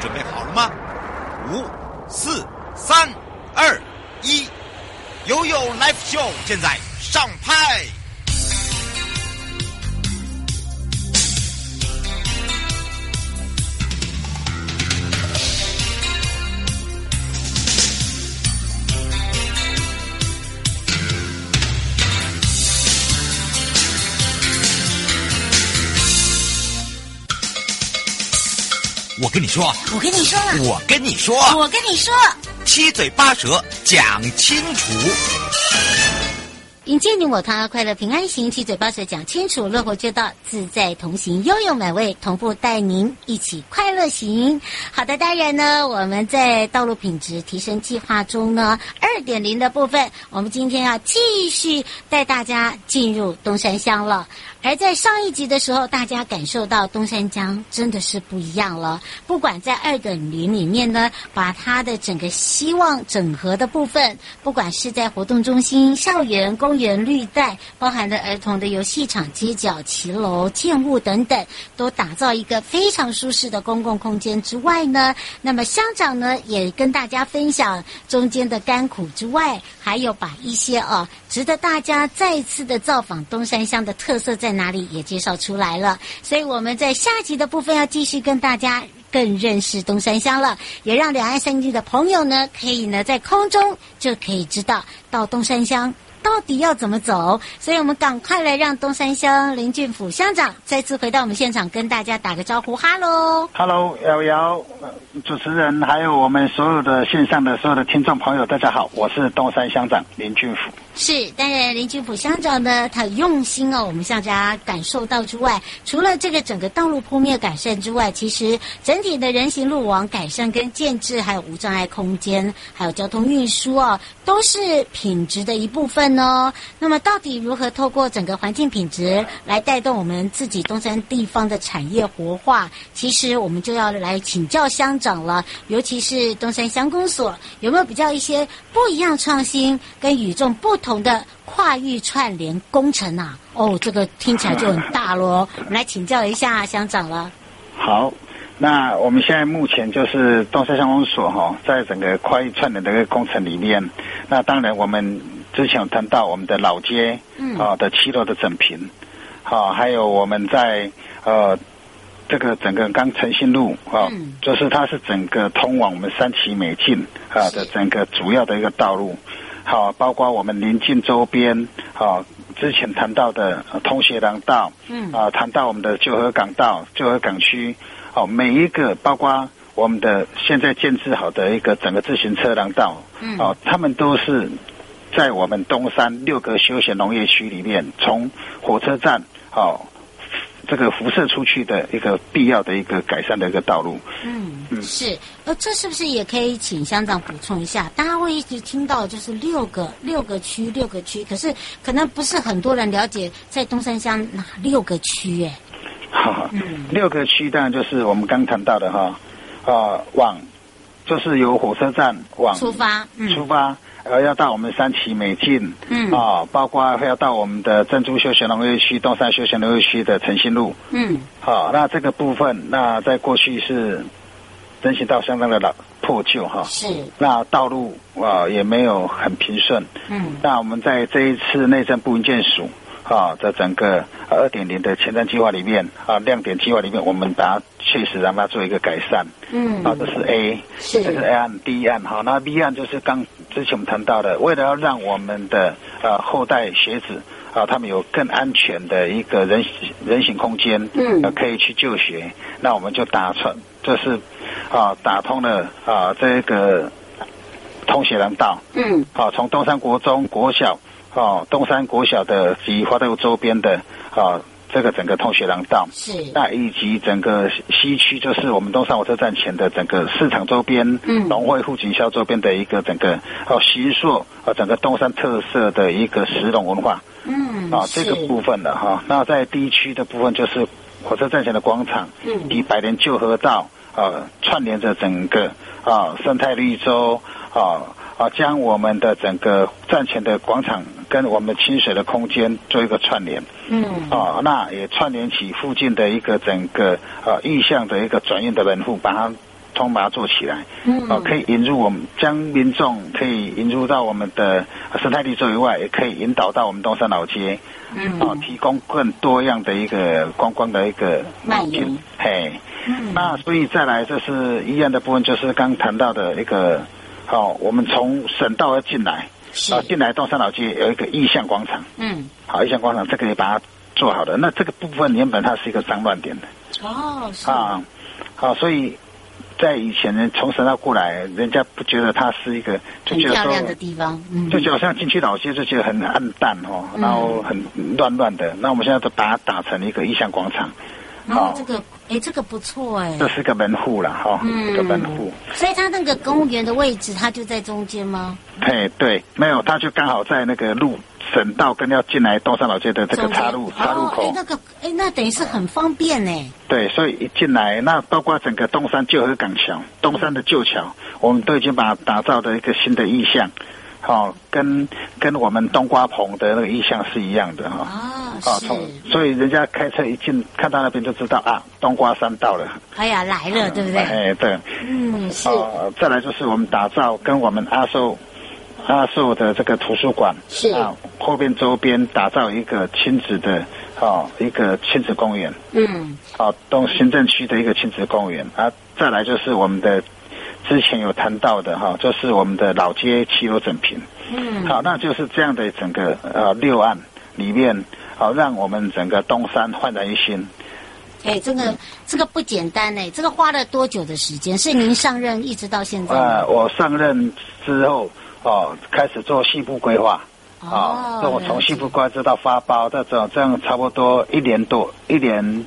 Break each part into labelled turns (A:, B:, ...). A: 准备好了吗？五、四、三、二、一，悠悠 Live Show 现在上拍。我跟你说，啊
B: 我跟你说了，
A: 我跟你说，
B: 我跟你说，
A: 七嘴八舌讲清楚。
B: 迎接你我他，快乐平安行，七嘴八舌讲清楚，乐活街道自在同行，悠悠美味同步带您一起快乐行。好的，当然呢，我们在道路品质提升计划中呢，二点零的部分，我们今天要继续带大家进入东山乡了。而在上一集的时候，大家感受到东山江真的是不一样了。不管在二等零里面呢，把它的整个希望整合的部分，不管是在活动中心、校园、公园、绿带，包含了儿童的游戏场、街角、骑楼、建物等等，都打造一个非常舒适的公共空间之外呢，那么乡长呢也跟大家分享中间的甘苦之外，还有把一些啊值得大家再次的造访东山乡的特色在。在哪里也介绍出来了，所以我们在下集的部分要继续跟大家更认识东山乡了，也让两岸三地的朋友呢，可以呢在空中就可以知道到东山乡到底要怎么走，所以我们赶快来让东山乡林俊甫乡长再次回到我们现场，跟大家打个招呼，哈喽。
C: Hello，瑶瑶，呃主持人，还有我们所有的线上的所有的听众朋友，大家好，我是东山乡长林俊甫。
B: 是，当然，林俊甫乡长呢，他用心哦，我们向大家感受到之外，除了这个整个道路铺面改善之外，其实整体的人行路网改善跟建制，还有无障碍空间，还有交通运输哦，都是品质的一部分哦。那么，到底如何透过整个环境品质来带动我们自己东山地方的产业活化？其实我们就要来请教乡长了，尤其是东山乡公所有没有比较一些不一样创新跟与众不不同的跨域串联工程啊，哦，这个听起来就很大喽。我们来请教一下乡长了。
C: 好，那我们现在目前就是东山乡公所哈、在整个跨域串联的一个工程里面，那当然我们之前有谈到我们的老街，
B: 嗯
C: 啊的七楼的整平，好、还有我们在呃。这个整个刚诚信路啊，
B: 嗯
C: 就是它是整个通往我们三期美境啊
B: 是
C: 的整个主要的一个道路，好、包括我们临近周边，好、之前谈到的、呃通学廊道，
B: 嗯
C: 啊，谈到我们的旧河港道、旧河港区，哦，每一个包括我们的现在建制好的一个整个自行车廊道，
B: 嗯
C: 哦，他们都是在我们东山六个休闲农业区里面，从火车站，哦。这个辐射出去的一个必要的一个改善的一个道路，
B: 嗯，是。呃，这是不是也可以请乡长补充一下？大家会一直听到就是六个六个区六个区，可是可能不是很多人了解在东山乡哪六个区哎。
C: 哈哈
B: 嗯，
C: 六个区当然就是我们刚谈到的哈，啊，往就是由火车站往
B: 出发，
C: 出
B: 嗯
C: 发，呃，要到我们三旗美境，
B: 嗯
C: 啊，包括要到我们的珍珠休闲农业区、东山休闲农业区的诚信路，
B: 嗯，
C: 好、那这个部分，那在过去是人行道相当的老破旧哈、
B: 是，
C: 那道路啊也没有很平顺，
B: 嗯
C: 那我们在这一次内政部营建署啊的整个呃二点零的前瞻计划里面啊亮点计划里面，我们把它确实让它做一个改善，
B: 嗯
C: 啊，这是 A，
B: 是
C: 这是哎 A 案 D 案好，那 B 案就是刚之前我们谈到的，为了要让我们的呃后代学子啊，他们有更安全的一个人人行空间，
B: 嗯
C: 呃，可以去就学，那我们就打算这是啊打通了啊这个通学廊道，
B: 嗯
C: 啊从东山国中国小哦、东山国小的及花都周边的啊这个整个通学廊道，
B: 是
C: 那以及整个西西区，就是我们东山火车站前的整个市场周边，
B: 嗯
C: 农会户警校周边的一个整个哦，习硕哦，整个东山特色的一个石龙文化
B: 嗯
C: 啊、这
B: 是
C: 个部分的哈、那在第一区的部分，就是火车站前的广场，
B: 嗯
C: 以百年旧河道啊、串联着整个啊、生态绿洲啊啊，将我们的整个站前的广场跟我们清水的空间做一个串联。
B: 嗯
C: 哦，那也串联起附近的一个整个呃意向的一个转运的门户，把它通把它做起来，
B: 嗯
C: 哦，可以引入我们将民众可以引入到我们的呃生态绿洲以外，也可以引导到我们东山老街，
B: 嗯
C: 哦，提供更多样的一个观光的一个
B: 漫游，
C: 嘿，
B: 嗯
C: 那所以再来，这是医院的部分，就是刚谈到的一个，哦，我们从省道要进来，
B: 是
C: 啊、进来东山老街有一个意向广场。
B: 嗯
C: 好，意向广场这个也把它做好了。那这个部分原本它是一个脏乱点的
B: 哦是
C: 啊，好，所以在以前人从神道过来，人家不觉得它是一个，就
B: 很
C: 觉得
B: 漂亮的
C: 说。
B: 地方，嗯
C: 就觉啊得好像进去老街就觉得很暗淡哦，然后很乱乱的。那我们现在都把它打成一个意向广场，
B: 然后
C: 哦
B: 这个哎这个不错哎
C: 这，是个门户了哈，
B: 嗯
C: 一个门户。
B: 所以它那个公务员的位置它就在中间吗？
C: 嘿，对，没有，它就刚好在那个路省道跟要进来东山老街的这个
B: 中间
C: 岔路岔路口。
B: 哦哎那个哎那等于是很方便呢，
C: 对，所以一进来，那包括整个东山旧河港桥、东山的旧桥，我们都已经把它打造的一个新的意象，好、跟跟我们冬瓜棚的那个意象是一样的哈。
B: 啊
C: 哦
B: 是，
C: 从所以人家开车一进看到那边就知道啊，冬瓜山到了，
B: 哎呀来了对不对？
C: 哎，对，
B: 嗯是
C: 哦，再来就是我们打造跟我们阿寿阿寿的这个图书馆
B: 是
C: 啊，后边周边打造一个亲子的哦，一个亲子公园。
B: 嗯
C: 好，东行政区的一个亲子公园啊，再来就是我们的之前有谈到的哈、就是我们的老街汽油整平。
B: 嗯
C: 好，那就是这样的整个呃六案里面，好、让我们整个东山焕然一新。
B: 哎这个这个不简单哎，这个花了多久的时间？是您上任一直到现在吗？
C: 呃，我上任之后哦，开始做细部规划。
B: 哦
C: 啊，那我从
B: 了解
C: 西部瓜知到发包，到这这样差不多一年多，一年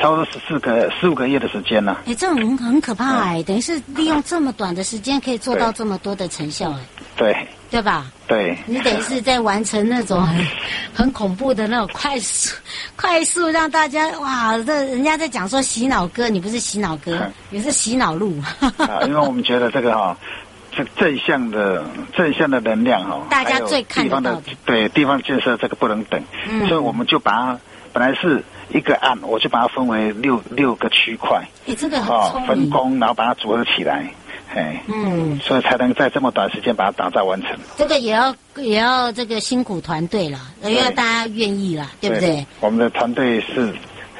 C: 差不多十四个十五个月的时间呢、
B: 哎、这种很很可
C: 嗯
B: 怕哎、等于是利用这么短的时间可以做到这么多的成效哎、
C: 对
B: 对吧？
C: 对，
B: 你等于是在完成那种很很恐怖的那种快速，快速让大家哇，这人家在讲说洗脑歌，你不是洗脑歌
C: 嗯，
B: 你是洗脑路，
C: 啊，因为我们觉得这个哈、这正向的正向的能量哈、
B: 大家
C: 还有
B: 最看得
C: 地方
B: 到
C: 的
B: 的
C: 对地方建设这个不能等，
B: 嗯
C: 所以我们就把它本来是一个案，我就把它分为六六个区块
B: 哎、这个很
C: 啊、
B: 聪
C: 分
B: 明，
C: 工，然后把它组合起来，哎，
B: 嗯，
C: 所以才能在这么短时间把它打造完成。
B: 这个也要也要这个辛苦团队啦，也要大家愿意啦，对不对？？
C: 我们的团队是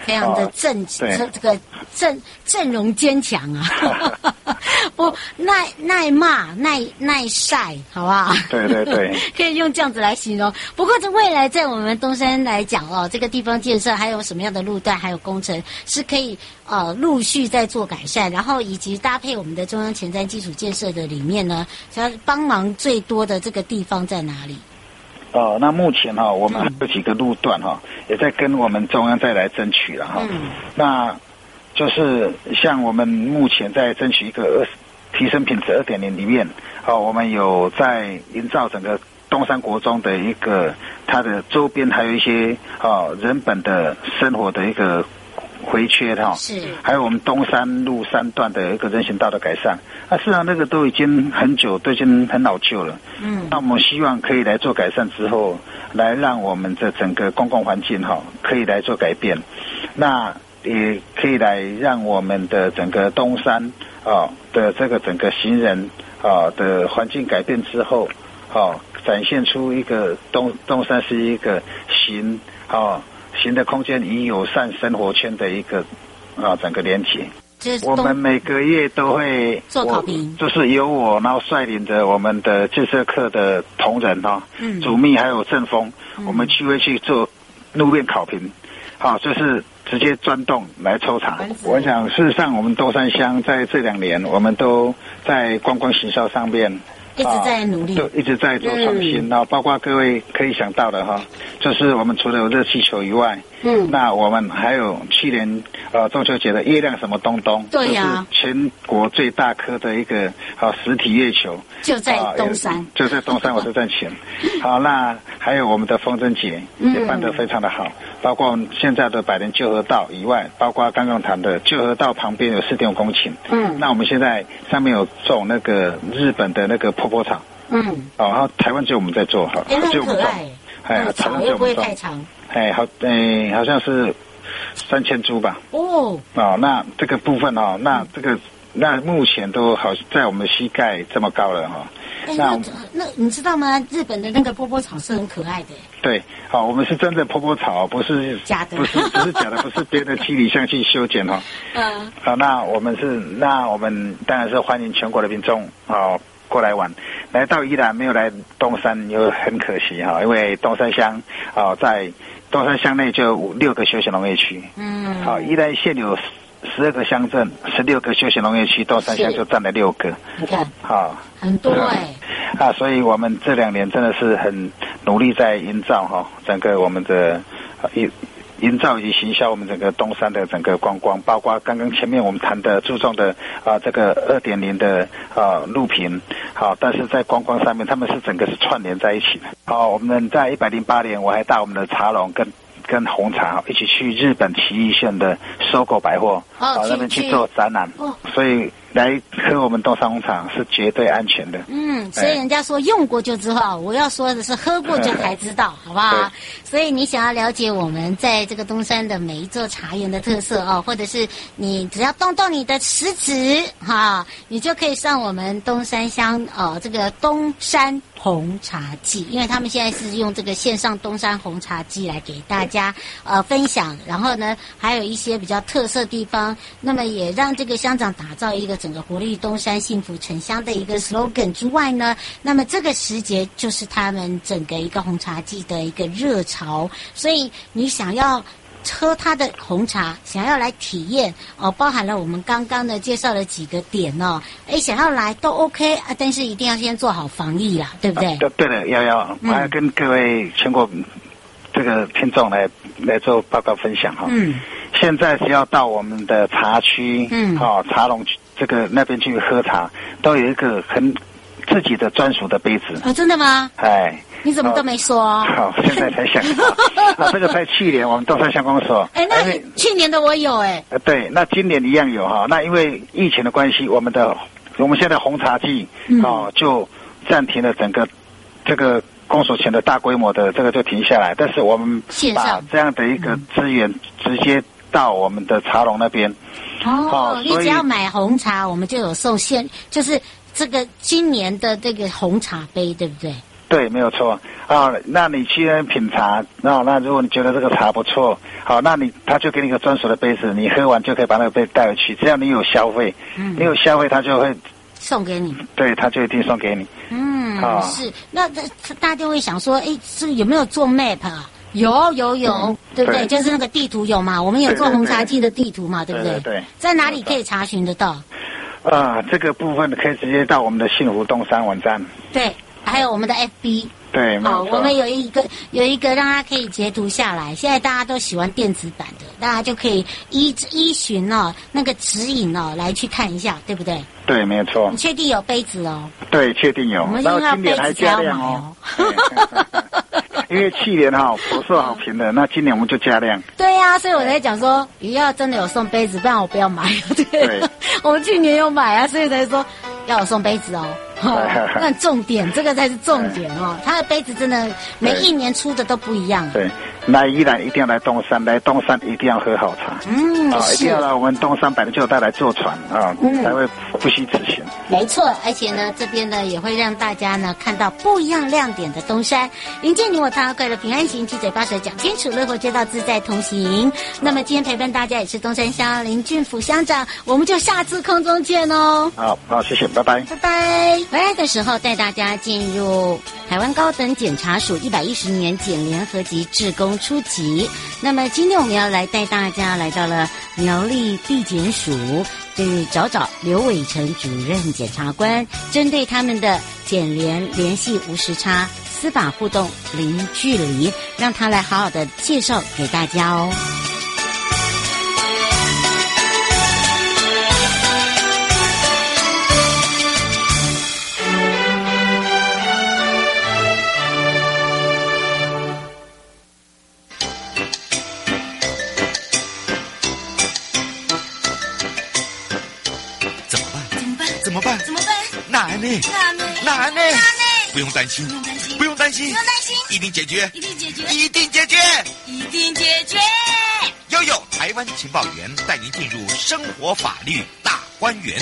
B: 非常的
C: 哦
B: 正，
C: 对
B: 这这个阵阵容坚强 啊，不耐耐骂耐耐晒，好不好？
C: 对对对，
B: 可以用这样子来形容。不过，这未来在我们东山来讲哦，这个地方建设还有什么样的路段，还有工程是可以呃陆续在做改善，然后以及搭配我们的中央前瞻基础建设的里面呢，它帮忙最多的这个地方在哪里？
C: 哦，那目前哈、
B: 嗯
C: 我们还有几个路段哈、也在跟我们中央再来争取了哈、
B: 嗯
C: 那就是像我们目前在争取一个二提升品质二点零里面，哦，我们有在营造整个东山国中的一个它的周边还有一些哦人本的生活的一个回缺哈、
B: 是
C: 还有我们东山路三段的一个人行道的改善，那、事实上那个都已经很久，都已经很老旧了。
B: 嗯
C: 那我们希望可以来做改善之后，来让我们的整个公共环境哈、可以来做改变，那也可以来让我们的整个东山啊、的这个整个行人啊、的环境改变之后，哦、展现出一个东东山是一个行哦行的空间与友善生活圈的一个啊、整个连接。
B: 这是
C: 我们
B: 东
C: 每个月都会
B: 做考评
C: 我就是由我然后率领着我们的建设课的同仁哈、哦，
B: 嗯
C: 主秘还有正峰，我们去会去做路面考评。好、就是直接钻洞来抽查。我想，事实上，我们东山乡在这两年，我们都在观光行销上面
B: 一直在努力
C: 就一直在做创
B: 嗯
C: 新。那、包括各位可以想到的哈，就是我们除了有热气球以外，
B: 嗯
C: 那我们还有去年呃中秋节的月亮什么东东，
B: 对呀
C: 就是全国最大颗的一个呃实体月球，
B: 就在
C: 啊
B: 东山
C: 也就在东山，我是在 前。好，那还有我们的风筝节
B: 嗯
C: 也办得非常的好，包括现在的百年旧河道以外，包括刚刚谈的旧河道旁边有四点五公顷，
B: 嗯
C: 那我们现在上面有种那个日本的那个泡泡草，
B: 嗯，
C: 哦，然后台湾只有我们在做，哈
B: 哎，那
C: 只有
B: 很
C: 我
B: 可
C: 们种
B: 爱，，
C: 哎
B: 那，
C: 台
B: 长
C: 湾只
B: 又
C: 有我
B: 不会
C: 们
B: 太
C: 种，
B: 长
C: 哎，好，哎，好像是三千株吧，
B: 哦，
C: 哦，那这个部分哦，那这个那目前都好在我们膝盖这么高了哈、
B: 哎，
C: 那
B: 那
C: 我们
B: 那你知道吗？日本的那个波波草是很可爱的，
C: 对，哦好，我们是真的婆婆草，不是
B: 假的
C: 不是不是假的，不是别的七里香去修剪哈、
B: 嗯，
C: 好，那我们是，那我们当然是欢迎全国的民众哦过来玩。来到宜兰没有来东山，又很可惜哈、因为东山乡哦，在东山乡内就有五六个休闲农业区。
B: 嗯
C: 好、宜兰县有十二个乡镇，十六个休闲农业区，东山乡
B: 是
C: 就占了六个。
B: 你看
C: 好、
B: 很多哎，
C: 啊，所以我们这两年真的是很努力在营造哈、整个我们的呃营营造以及行销我们整个东山的整个观光，包括刚刚前面我们谈的注重的啊、这个二点零的啊、路平，好、但是在观光上面他们是整个是串联在一起的。好、我们在一百零八年我还带我们的茶农跟。跟红茶一起去日本崎玉县的搜狗百货，
B: 哦
C: 啊
B: 去
C: 那边去
B: 去
C: 做展览，
B: 哦
C: 所以来喝我们东山红茶是绝对安全的。
B: 嗯，所以人家说用过就知道，我要说的是喝过就才知道，好不好？所以你想要了解我们在这个东山的每一座茶园的特色哦，或者是你只要动动你的食指哈，你就可以上我们东山乡哦这个东山红茶季，因为他们现在是用这个线上东山红茶季来给大家呃分享，然后呢还有一些比较特色地方，那么也让这个乡长打造一个整个活力东山幸福城乡的一个 slogan 之外呢，那么这个时节就是他们整个一个红茶季的一个热潮，所以你想要。喝它的红茶，想要来体验哦，包含了我们刚刚呢介绍的几个点哦，哎，想要来都 OK 啊，但是一定要先做好防疫啦，对不对？
C: 啊对对了，瑶瑶，我
B: 嗯
C: 要哎跟各位全国这个听众来来做报告分享哈。
B: 嗯，
C: 现在只要到我们的茶区，
B: 嗯
C: 哦，茶农区这个那边去喝茶，都有一个很自己的专属的杯子。
B: 哦，真的吗？
C: 哎，
B: 你怎么都没说、哦？
C: 好，现在才想 到，啊，这个在去年我们东山乡公所，
B: 哎，那
C: 因为
B: 你去年的我有哎，
C: 呃，对，那今年一样有哈。那因为疫情的关系，我们的我们现在红茶季
B: 嗯
C: 哦就暂停了整个这个公所前的大规模的这个就停下来，但是我们
B: 线
C: 把
B: 上嗯
C: 这样的一个资源直接到我们的茶农那边。
B: 哦
C: 哦，
B: 你
C: 所
B: 只
C: 以
B: 要买红茶，我们就有送现，就是这个今年的这个红茶杯，对不对？
C: 对，没有错啊。那你去那边品茶，那、那如果你觉得这个茶不错，好，那你他就给你一个专属的杯子，你喝完就可以把那个杯带回去。只要你有消费，
B: 嗯
C: 你有消费，他就会
B: 送给你。
C: 对他就一定送给你。
B: 嗯，
C: 好
B: 是。那那大家就会想说，哎，是有没有做 map 啊？有有有，
C: 嗯
B: 对不对？
C: 对
B: 就是那个地图有嘛？我们有做
C: 对对对
B: 红茶季的地图嘛，对不
C: 对对对
B: 在哪里可以查询得到？
C: 啊，这个部分可以直接到我们的幸福东山网站。
B: 对，还有我们的 FB，
C: 对，没
B: 好，
C: 有
B: 哦我们
C: 错。
B: 有一个有一个让大家可以截图下来。现在大家都喜欢电子版的，大家就可以依依循哦那个指引哦来去看一下，对不对？
C: 对，没有错
B: 你。确定有杯子哦？
C: 对，确定有
B: 我们。
C: 然后
B: 用到
C: 今年
B: 杯
C: 还
B: 子才要
C: 加
B: 买
C: 量
B: 哦
C: 哦。对 因为去年哈、不受好评 的，那今年我们就加量。
B: 对呀、所以我才讲说，也要真的有送杯子，不然我不要买。哦对，
C: 对
B: 我们去年有买啊，所以才说要有送杯子 哦。哦那重点，这个才是重点哦。它的杯子真的每
C: 对
B: 一年出的都不一样啊。
C: 对，来宜兰一定要来东山，来东山一定要喝好茶。
B: 嗯，
C: 啊，一
B: 是
C: 定要来我们东山百就带来坐船啊，
B: 嗯
C: 才会不虚此行。
B: 没错，而且呢，这边呢也会让大家呢看到不一样亮点的东山。迎接你我他，快乐平安行，七嘴八舌讲清楚，乐活街道自在同行。那么今天陪伴大家也是东山乡林俊甫乡长，我们就下次空中见哦，
C: 好，好，谢谢，拜拜。
B: 拜拜。回来的时候带大家进入台湾高等检察署一百一十年检联合及志工初级。那么今天我们要来带大家来到了苗栗地检署，就是找找刘伟成主任检察官，针对他们的检联联系无时差、司法互动零距离，让他来好好的介绍给大家哦。
A: 怎么办？
D: 怎么办？
A: 怎么办？
D: 怎么办？
A: 难呢？
D: 那呢？
A: 难呢？
D: 那呢？
A: 不用担心，
D: 不用担心，
A: 不用担
D: 不
A: 心，
D: 用担心，
A: 一定解决，
D: 一定解决，
A: 一定解决。
D: 一定解决。
A: 悠悠台湾情报员带您进入生活法律大观园。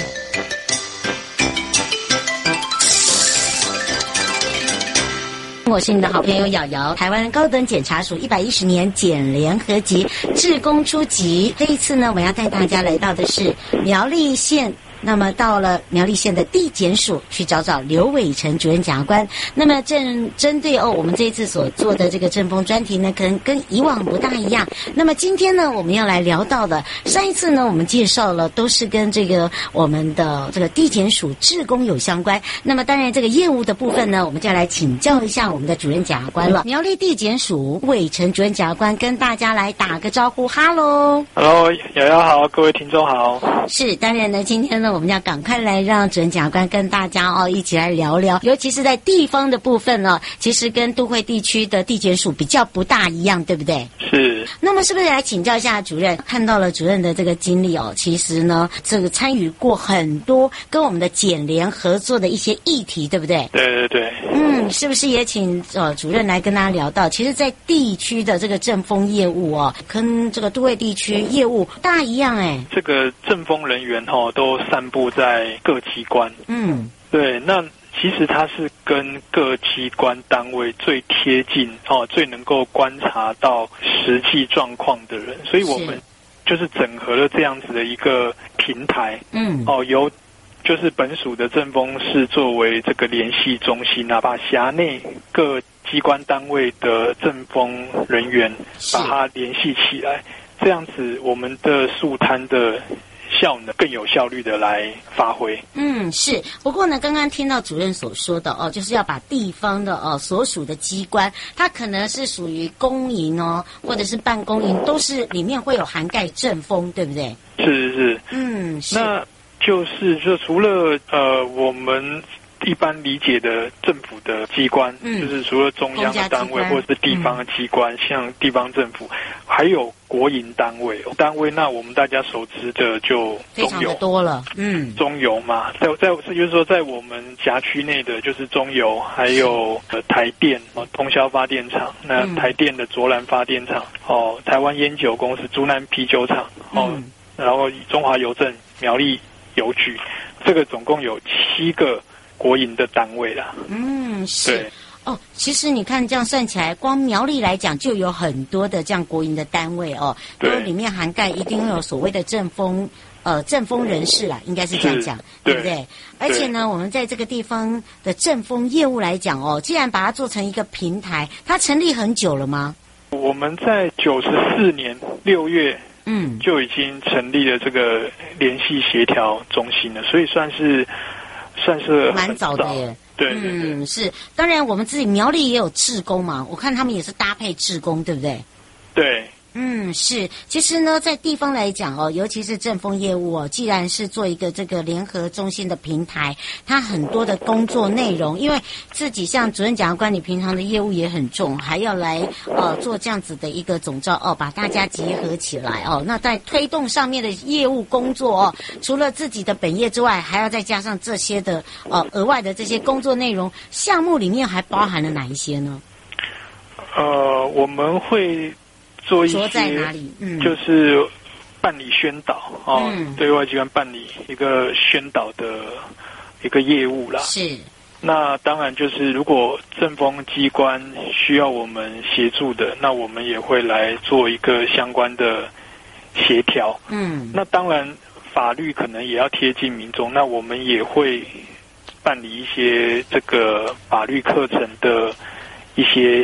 B: 我是你的好朋友瑶瑶，台湾高等检察署一百一十年检联合级志工初级。这一次呢，我要带大家来到的是苗栗县。那么到了苗栗县的地检署去找找刘伟成主任检察官。那么正针对哦，我们这一次所做的这个政风专题呢，可能跟以往不大一样。那么今天呢，我们要来聊到的，上一次呢，我们介绍了都是跟这个我们的这个地检署志工有相关。那么当然这个业务的部分呢，我们就要来请教一下我们的主任检察官了。苗栗地检署伟成主任检察官跟大家来打个招呼，哈喽。
E: Hello，瑶瑶好，各位听众好。
B: 是，当然呢，今天呢，我们要赶快来让主任检察官跟大家哦一起来聊聊，尤其是在地方的部分呢、其实跟都会地区的地检署比较不大一样，对不对？
E: 是，
B: 那么是不是来请教一下主任？看到了主任的这个经历哦，其实呢，这个参与过很多跟我们的检联合作的一些议题，对不对？
E: 对对对，
B: 嗯，是不是也请呃主任来跟大家聊到？其实，在地区的这个政风业务哦，跟这个都会地区业务不大一样哎。
E: 这个政风人员哈、哦、都散布在各机关。
B: 嗯，
E: 对，那其实他是跟各机关单位最贴近哦，最能够观察到实际状况的人，所以我
B: 是
E: 们就是整合了这样子的一个平台
B: 嗯，
E: 哦，由。就是本署的政风是作为这个联系中心啊，把辖内各机关单位的政风人员
B: 是
E: 把它联系起来，这样子我们的速摊的效能更有效率的来发挥。
B: 嗯，是。不过呢，刚刚听到主任所说的哦，就是要把地方的哦所属的机关，它可能是属于公营哦，或者是办公营，都是里面会有涵盖政风，对不对？
E: 是是是，
B: 嗯，是。
E: 那就是就除了呃我们。一般理解的政府的机关，
B: 嗯
E: 就是除了中央的单
B: 公家
E: 位
B: 机关嗯
E: 或者是地方的机关，像地方政府，还有国营单位哦。单位那我们大家熟知的就
B: 非
E: 中
B: 常的
E: 油，
B: 多了，嗯，
E: 中油嘛，在在是就是说，在我们辖区内的，就是中油，还有呃台电哦，通宵发电厂，那
B: 嗯
E: 台电的卓兰发电厂哦，台湾烟酒公司、竹南啤酒厂哦，
B: 嗯
E: 然后中华邮政、苗栗邮局，这个总共有七个国营的单位啦。
B: 嗯，是
E: 对。
B: 哦，其实你看这样算起来，光苗栗来讲就有很多的这样国营的单位哦，都
E: 对
B: 里面涵盖一定会有所谓的政风。呃，政风人士啦，应该是这样讲，对
E: 对
B: 不对？而且呢，我们在这个地方的政风业务来讲哦，既然把它做成一个平台，它成立很久了吗？
E: 我们在九十四年六月
B: 嗯，
E: 就已经成立了这个联系协调中心了，所以算是算是呃很
B: 蛮早的耶。
E: 对对对。
B: 嗯，是。当然，我们自己苗栗也有志工嘛，我看他们也是搭配志工，对不对？
E: 对
B: 嗯，是。其实呢，在地方来讲哦，尤其是政风业务哦，既然是做一个这个联合中心的平台，它很多的工作内容，因为自己像主任检察官，你平常的业务也很重，还要来呃做这样子的一个总召哦，把大家集合起来哦。那在推动上面的业务工作哦，除了自己的本业之外，还要再加上这些的呃额外的这些工作内容项目里面，还包含了哪一些呢？
E: 呃，我们会做一
B: 着在
E: 些，
B: 哪里？嗯，
E: 就是办理宣导哦，
B: 嗯
E: 对外机关办理一个宣导的一个业务啦。
B: 是
E: 那当然就是，如果政风机关需要我们协助的，那我们也会来做一个相关的协调。
B: 嗯。
E: 那当然，法律可能也要贴近民众，那我们也会办理一些这个法律课程的一些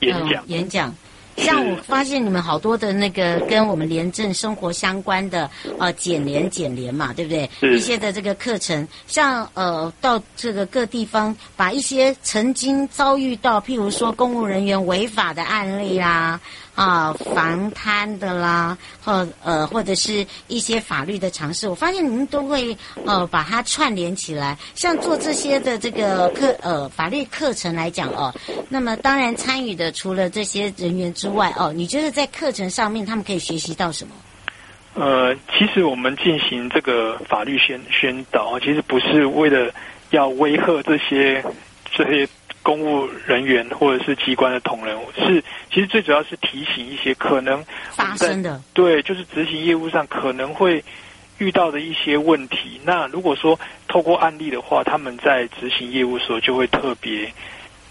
E: 演讲
B: 嗯。演讲。像我发现你们好多的那个跟我们廉政生活相关的呃减联减联嘛，对不对？
E: 是
B: 一些的这个课程，像呃到这个各地方，把一些曾经遭遇到，譬如说公务人员违法的案例啦，啊、防贪的啦，或呃或者是一些法律的常识，我发现你们都会呃把它串联起来。像做这些的这个课呃法律课程来讲哦，那么当然参与的除了这些人员之外哦，你觉得在课程上面他们可以学习到什么？
E: 呃，其实我们进行这个法律宣宣导，其实不是为了要威吓这些这些公务人员或者是机关的同仁，是其实最主要是提醒一些可能
B: 发生的
E: 对，就是执行业务上可能会遇到的一些问题。那如果说透过案例的话，他们在执行业务的时候就会特别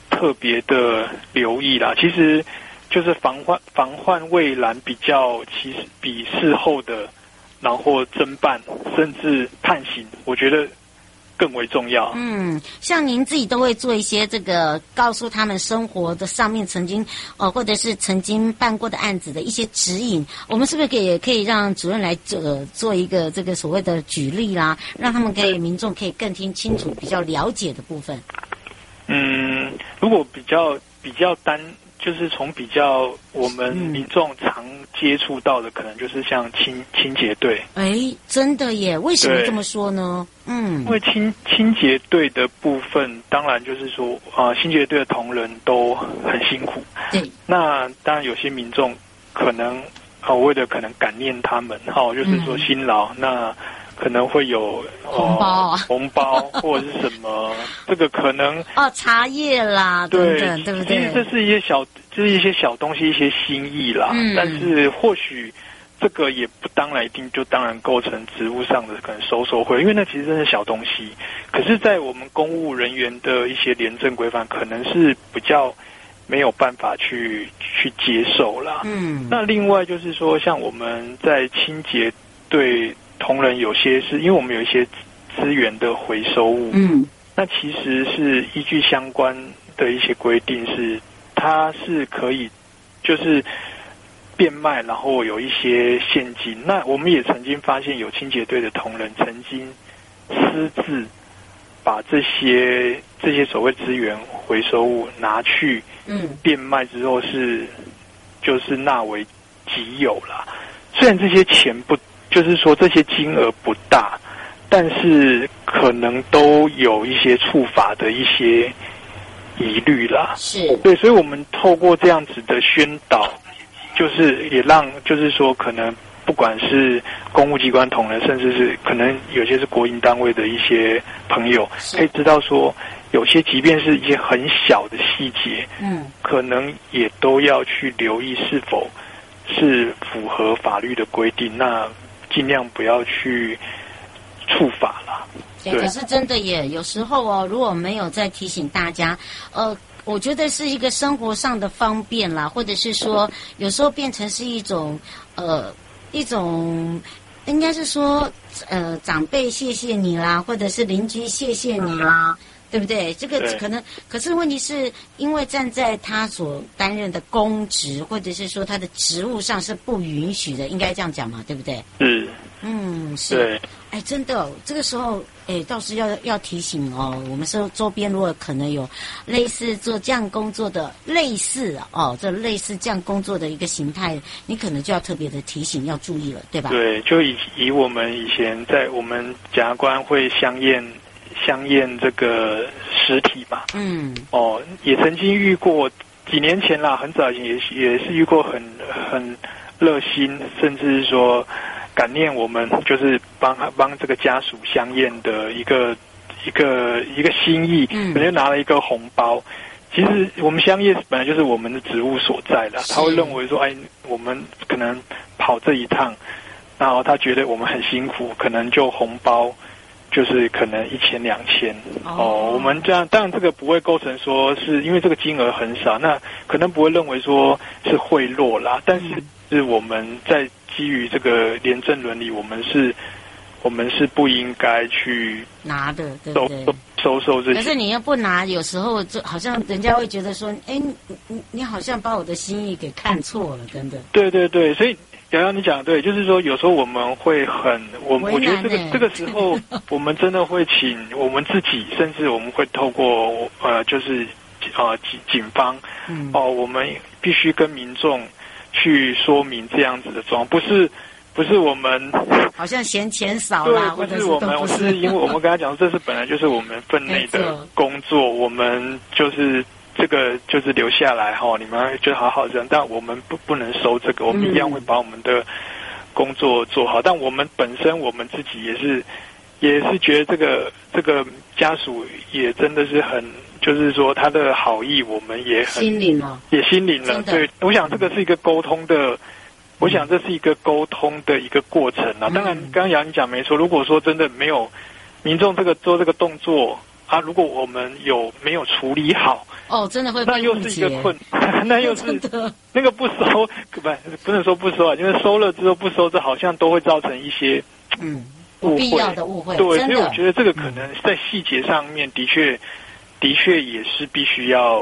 E: 特别的留意啦。其实就是防患防患未然，比较其实比事后的然后侦办甚至判刑，我觉得更为重要。
B: 嗯，像您自己都会做一些这个告诉他们生活的上面曾经呃或者是曾经办过的案子的一些指引，我们是不是可以也可以让主任来做、呃、做一个这个所谓的举例啦，让他们可以民众可以更听清楚、比较了解的部分？
E: 嗯，如果比较比较单，就是从比较我们民众常接触到的，可能就是像清清洁队，
B: 哎，真的耶，为什么
E: 对
B: 这么说呢？嗯
E: 因，为清清洁队的部分，当然就是说啊、呃清洁队的同仁都很辛苦。
B: 对，
E: 那当然有些民众可能啊、为了可能感念他们，哈、就是说
B: 嗯
E: 辛劳，那可能会有、呃
B: 红包啊
E: 红包或者是 什么，这个可能
B: 哦，茶叶啦，等
E: 对
B: 等，对不
E: 其实这
B: 对？
E: 是一些小，这是一些小东西，一些心意啦。
B: 嗯
E: 但是或许这个也不当然一定就当然构成职务上的可能收受贿，因为那其实真是小东西。可是，在我们公务人员的一些廉政规范，可能是比较没有办法去去接受啦。
B: 嗯，
E: 那另外就是说，像我们在清洁对同仁有些是因为我们有一些资资源的回收物，
B: 嗯，
E: 那其实是依据相关的一些规定是，它是可以就是变卖，然后有一些现金。那我们也曾经发现有清洁队的同仁曾经私自把这些这些所谓资源回收物拿去
B: 嗯，
E: 变卖之后是就是纳为己有啦。虽然这些钱不，就是说这些金额不大，但是可能都有一些触法的一些疑虑啦。
B: 是，
E: 对，所以我们透过这样子的宣导，就是也让，就是说可能。不管是公务机关同仁，甚至是可能有些是国营单位的一些朋友，
B: 是
E: 可以知道说，有些即便是一些很小的细节，
B: 嗯，
E: 可能也都要去留意是否是符合法律的规定，那尽量不要去触法啦。
B: 对，
E: 对
B: 可是真的耶，有时候哦，如果没有再提醒大家，呃。我觉得是一个生活上的方便啦，或者是说，有时候变成是一种，呃，一种，应该是说，呃，长辈谢谢你啦，或者是邻居谢谢你啦，对不对？这个
E: 对
B: 可能，可是问题是因为站在他所担任的公职，或者是说他的职务上是不允许的，应该这样讲嘛，对不对？
E: 是，
B: 嗯，是。
E: 对，
B: 哎，真的哦，这个时候，哎，倒是要要提醒哦，我们说周边如果可能有类似做这样工作的，类似哦，这类似这样工作的一个形态，你可能就要特别的提醒，要注意了，对吧？
E: 对，就以以我们以前在我们检察官会相验相验这个实体嘛，
B: 嗯，
E: 哦，也曾经遇过几年前啦，很早以前也是也是遇过很很热心，甚至是说感念我们就是帮帮这个家属相验的一个一个一个心意，
B: 嗯
E: 可能就拿了一个红包。其实我们相业本来就是我们的职务所在了，
B: 是
E: 他会认为说，哎，我们可能跑这一趟，然后他觉得我们很辛苦，可能就红包就是可能一千两千
B: 哦
E: 哦。我们这样，当然这个不会构成说是因为这个金额很少，那可能不会认为说是贿赂啦，但是
B: 嗯
E: 是我们在基于这个廉政伦理，我们是我们是不应该去
B: 拿的，对不
E: 收
B: 对
E: 收？收受这
B: 可
E: 些
B: 是。你又不拿，有时候就好像人家会觉得说，哎，你你你好像把我的心意给看错了，等等。
E: 对对对，所以瑶瑶你讲得对，就是说有时候我们会很，我
B: 为难
E: 我觉得这个
B: 欸
E: 这个时 候，我们真的会请我们自己，甚至我们会透过呃，就是呃警警方
B: 嗯，
E: 哦，我们必须跟民众去说明这样子的状况，不是不是我们
B: 好像嫌钱少
E: 对，
B: 啦，
E: 不
B: 或者
E: 是
B: 是
E: 我
B: 都
E: 们，我
B: 不
E: 是因为我们跟他讲，这是本来就是我们分内
B: 没
E: 的
B: 错
E: 工作，我们就是这个就是留下来哈，你们就好好扔，但我们不不能收这个，
B: 嗯
E: 我们一样会把我们的工作做好，但我们本身我们自己也是也是觉得这个这个家属也真的是很，就是说他的好意，我们也很
B: 心哦领了。
E: 也心领了。
B: 真的
E: 对，我想这个是一个沟通的，我想这是一个沟通的一个过程啊。
B: 嗯
E: 当然，刚刚杨你讲没错，如果说真的没有民众这个做这个动作啊，如果我们有没有处理好，
B: 哦，真的会
E: 那
B: 被
E: 又
B: 误
E: 是一
B: 解
E: 个，困， 那又
B: 真
E: 是
B: 的
E: 那个不收， 不不能说不收啊，因为收了之后不收，这好像都会造成一些
B: 嗯，
E: 误
B: 不
E: 会。
B: 必要的误会，
E: 对，
B: 真
E: 所以我
B: 的嗯
E: 觉得这个可能在细节上面的确，的确也是必须要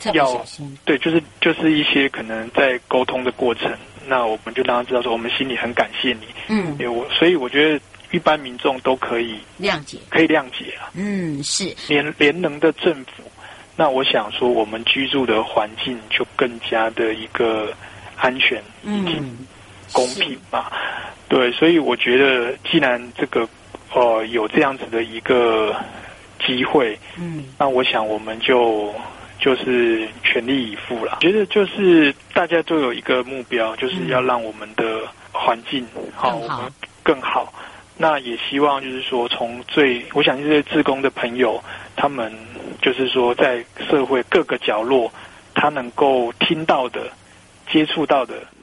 B: 特别
E: 要
B: 小心。
E: 对，就是就是一些可能在沟通的过程，那我们就让他知道说我们心里很感谢你，
B: 嗯，
E: 因为我所以我觉得一般民众都可以
B: 谅解。
E: 可以谅解啊，
B: 嗯，是
E: 联联能的政府，那我想说我们居住的环境就更加的一个安全以及
B: 嗯，
E: 公平嘛，对，所以我觉得既然这个呃有这样子的一个机会，
B: 嗯，
E: 那我想我们就就是全力以赴了。觉得就是大家都有一个目标，就是要让我们的环境
B: 嗯
E: 好，
B: 更好
E: 我们更好。那也希望就是说，从最我想这些志工的朋友，他们就是说在社会各个角落，他能够听到的、接触到的，
B: 嗯